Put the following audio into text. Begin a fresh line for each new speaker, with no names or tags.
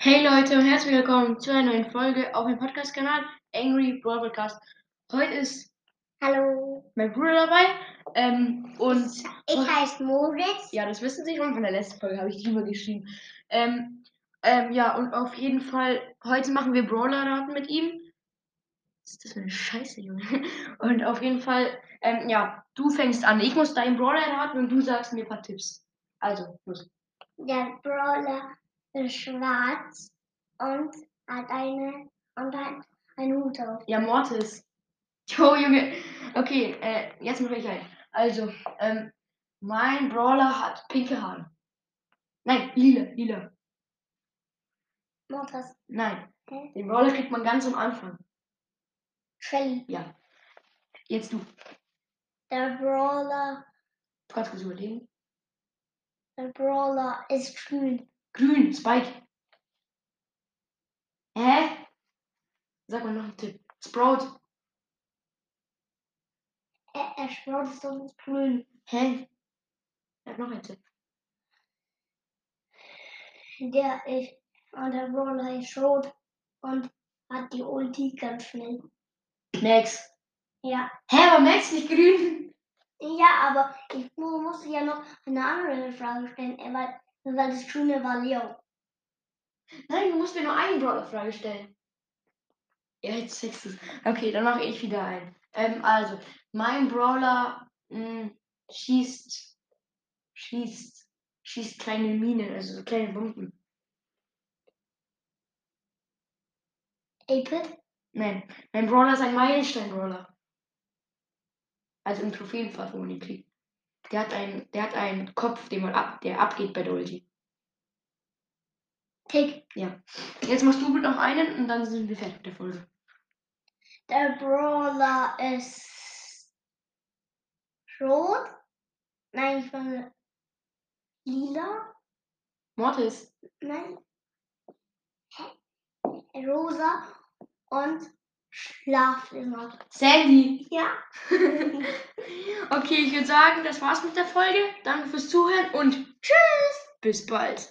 Hey Leute und herzlich willkommen zu einer neuen Folge auf dem Podcast-Kanal Angry Brawl Podcast. Heute ist
Hallo,
mein Bruder dabei ähm, und
ich
Oh.
heiße Moritz.
ja, das wissen Sie schon, von der letzten Folge habe ich drüber geschrieben. Ähm, ähm, ja, und auf jeden Fall, heute machen wir Brawler-Raten mit ihm. Was ist das für eine Scheiße, Junge? Und auf jeden Fall, ähm, ja, du fängst an. Ich muss deinen Brawler raten und du sagst mir ein paar Tipps. Also, los.
Der Brawler ist schwarz und hat eine und hat einen Hut auf.
Ja, Mortis. Jo, Junge. Okay, äh, jetzt mache ich ein. Also, ähm, mein Brawler hat pinke Haare. Nein, lila, lila.
Mortis
Nein.
Hä?
Den Brawler kriegt man ganz am Anfang.
Shelly.
Jetzt du.
Der Brawler,
Du kannst kurz überlegen.
der Brawler ist grün.
Grün, Spike. Hä? Sag mal noch einen Tipp. Sprout.
Er, er schaut so grün.
Hä? Ich hab noch einen Tipp.
Der ist und der Brawler ist rot und hat die Ulti ganz schnell.
Max.
Ja,
Hä, war Max nicht grün?
ja, aber ich mu- muss ja noch eine andere Frage stellen, äh, weil, weil das Grüne war Leo.
Nein, du musst mir nur eine Brawler-Frage stellen. Ja, jetzt checkst du's. Okay, dann mache ich wieder ein. Ähm, also, mein Brawler mh, schießt, schießt, schießt kleine Minen, also so kleine Bomben.
Apid.
Nein, mein Brawler ist ein Meilenstein-Brawler. Also im Trophäenpfad, wo man ihn kriegt. Der hat einen, der hat einen Kopf, den man ab, der abgeht bei der Ulti.
Tick.
Jetzt machst du noch einen und dann sind wir fertig mit der Folge.
Der Brawler ist rot. Nein, ich meine lila.
Mortis,
Nein. Hä? Rosa und Schlaflimmer.
Sandy.
Ja.
okay, ich würde sagen, das war's mit der Folge. Danke fürs Zuhören und tschüss. Bis bald.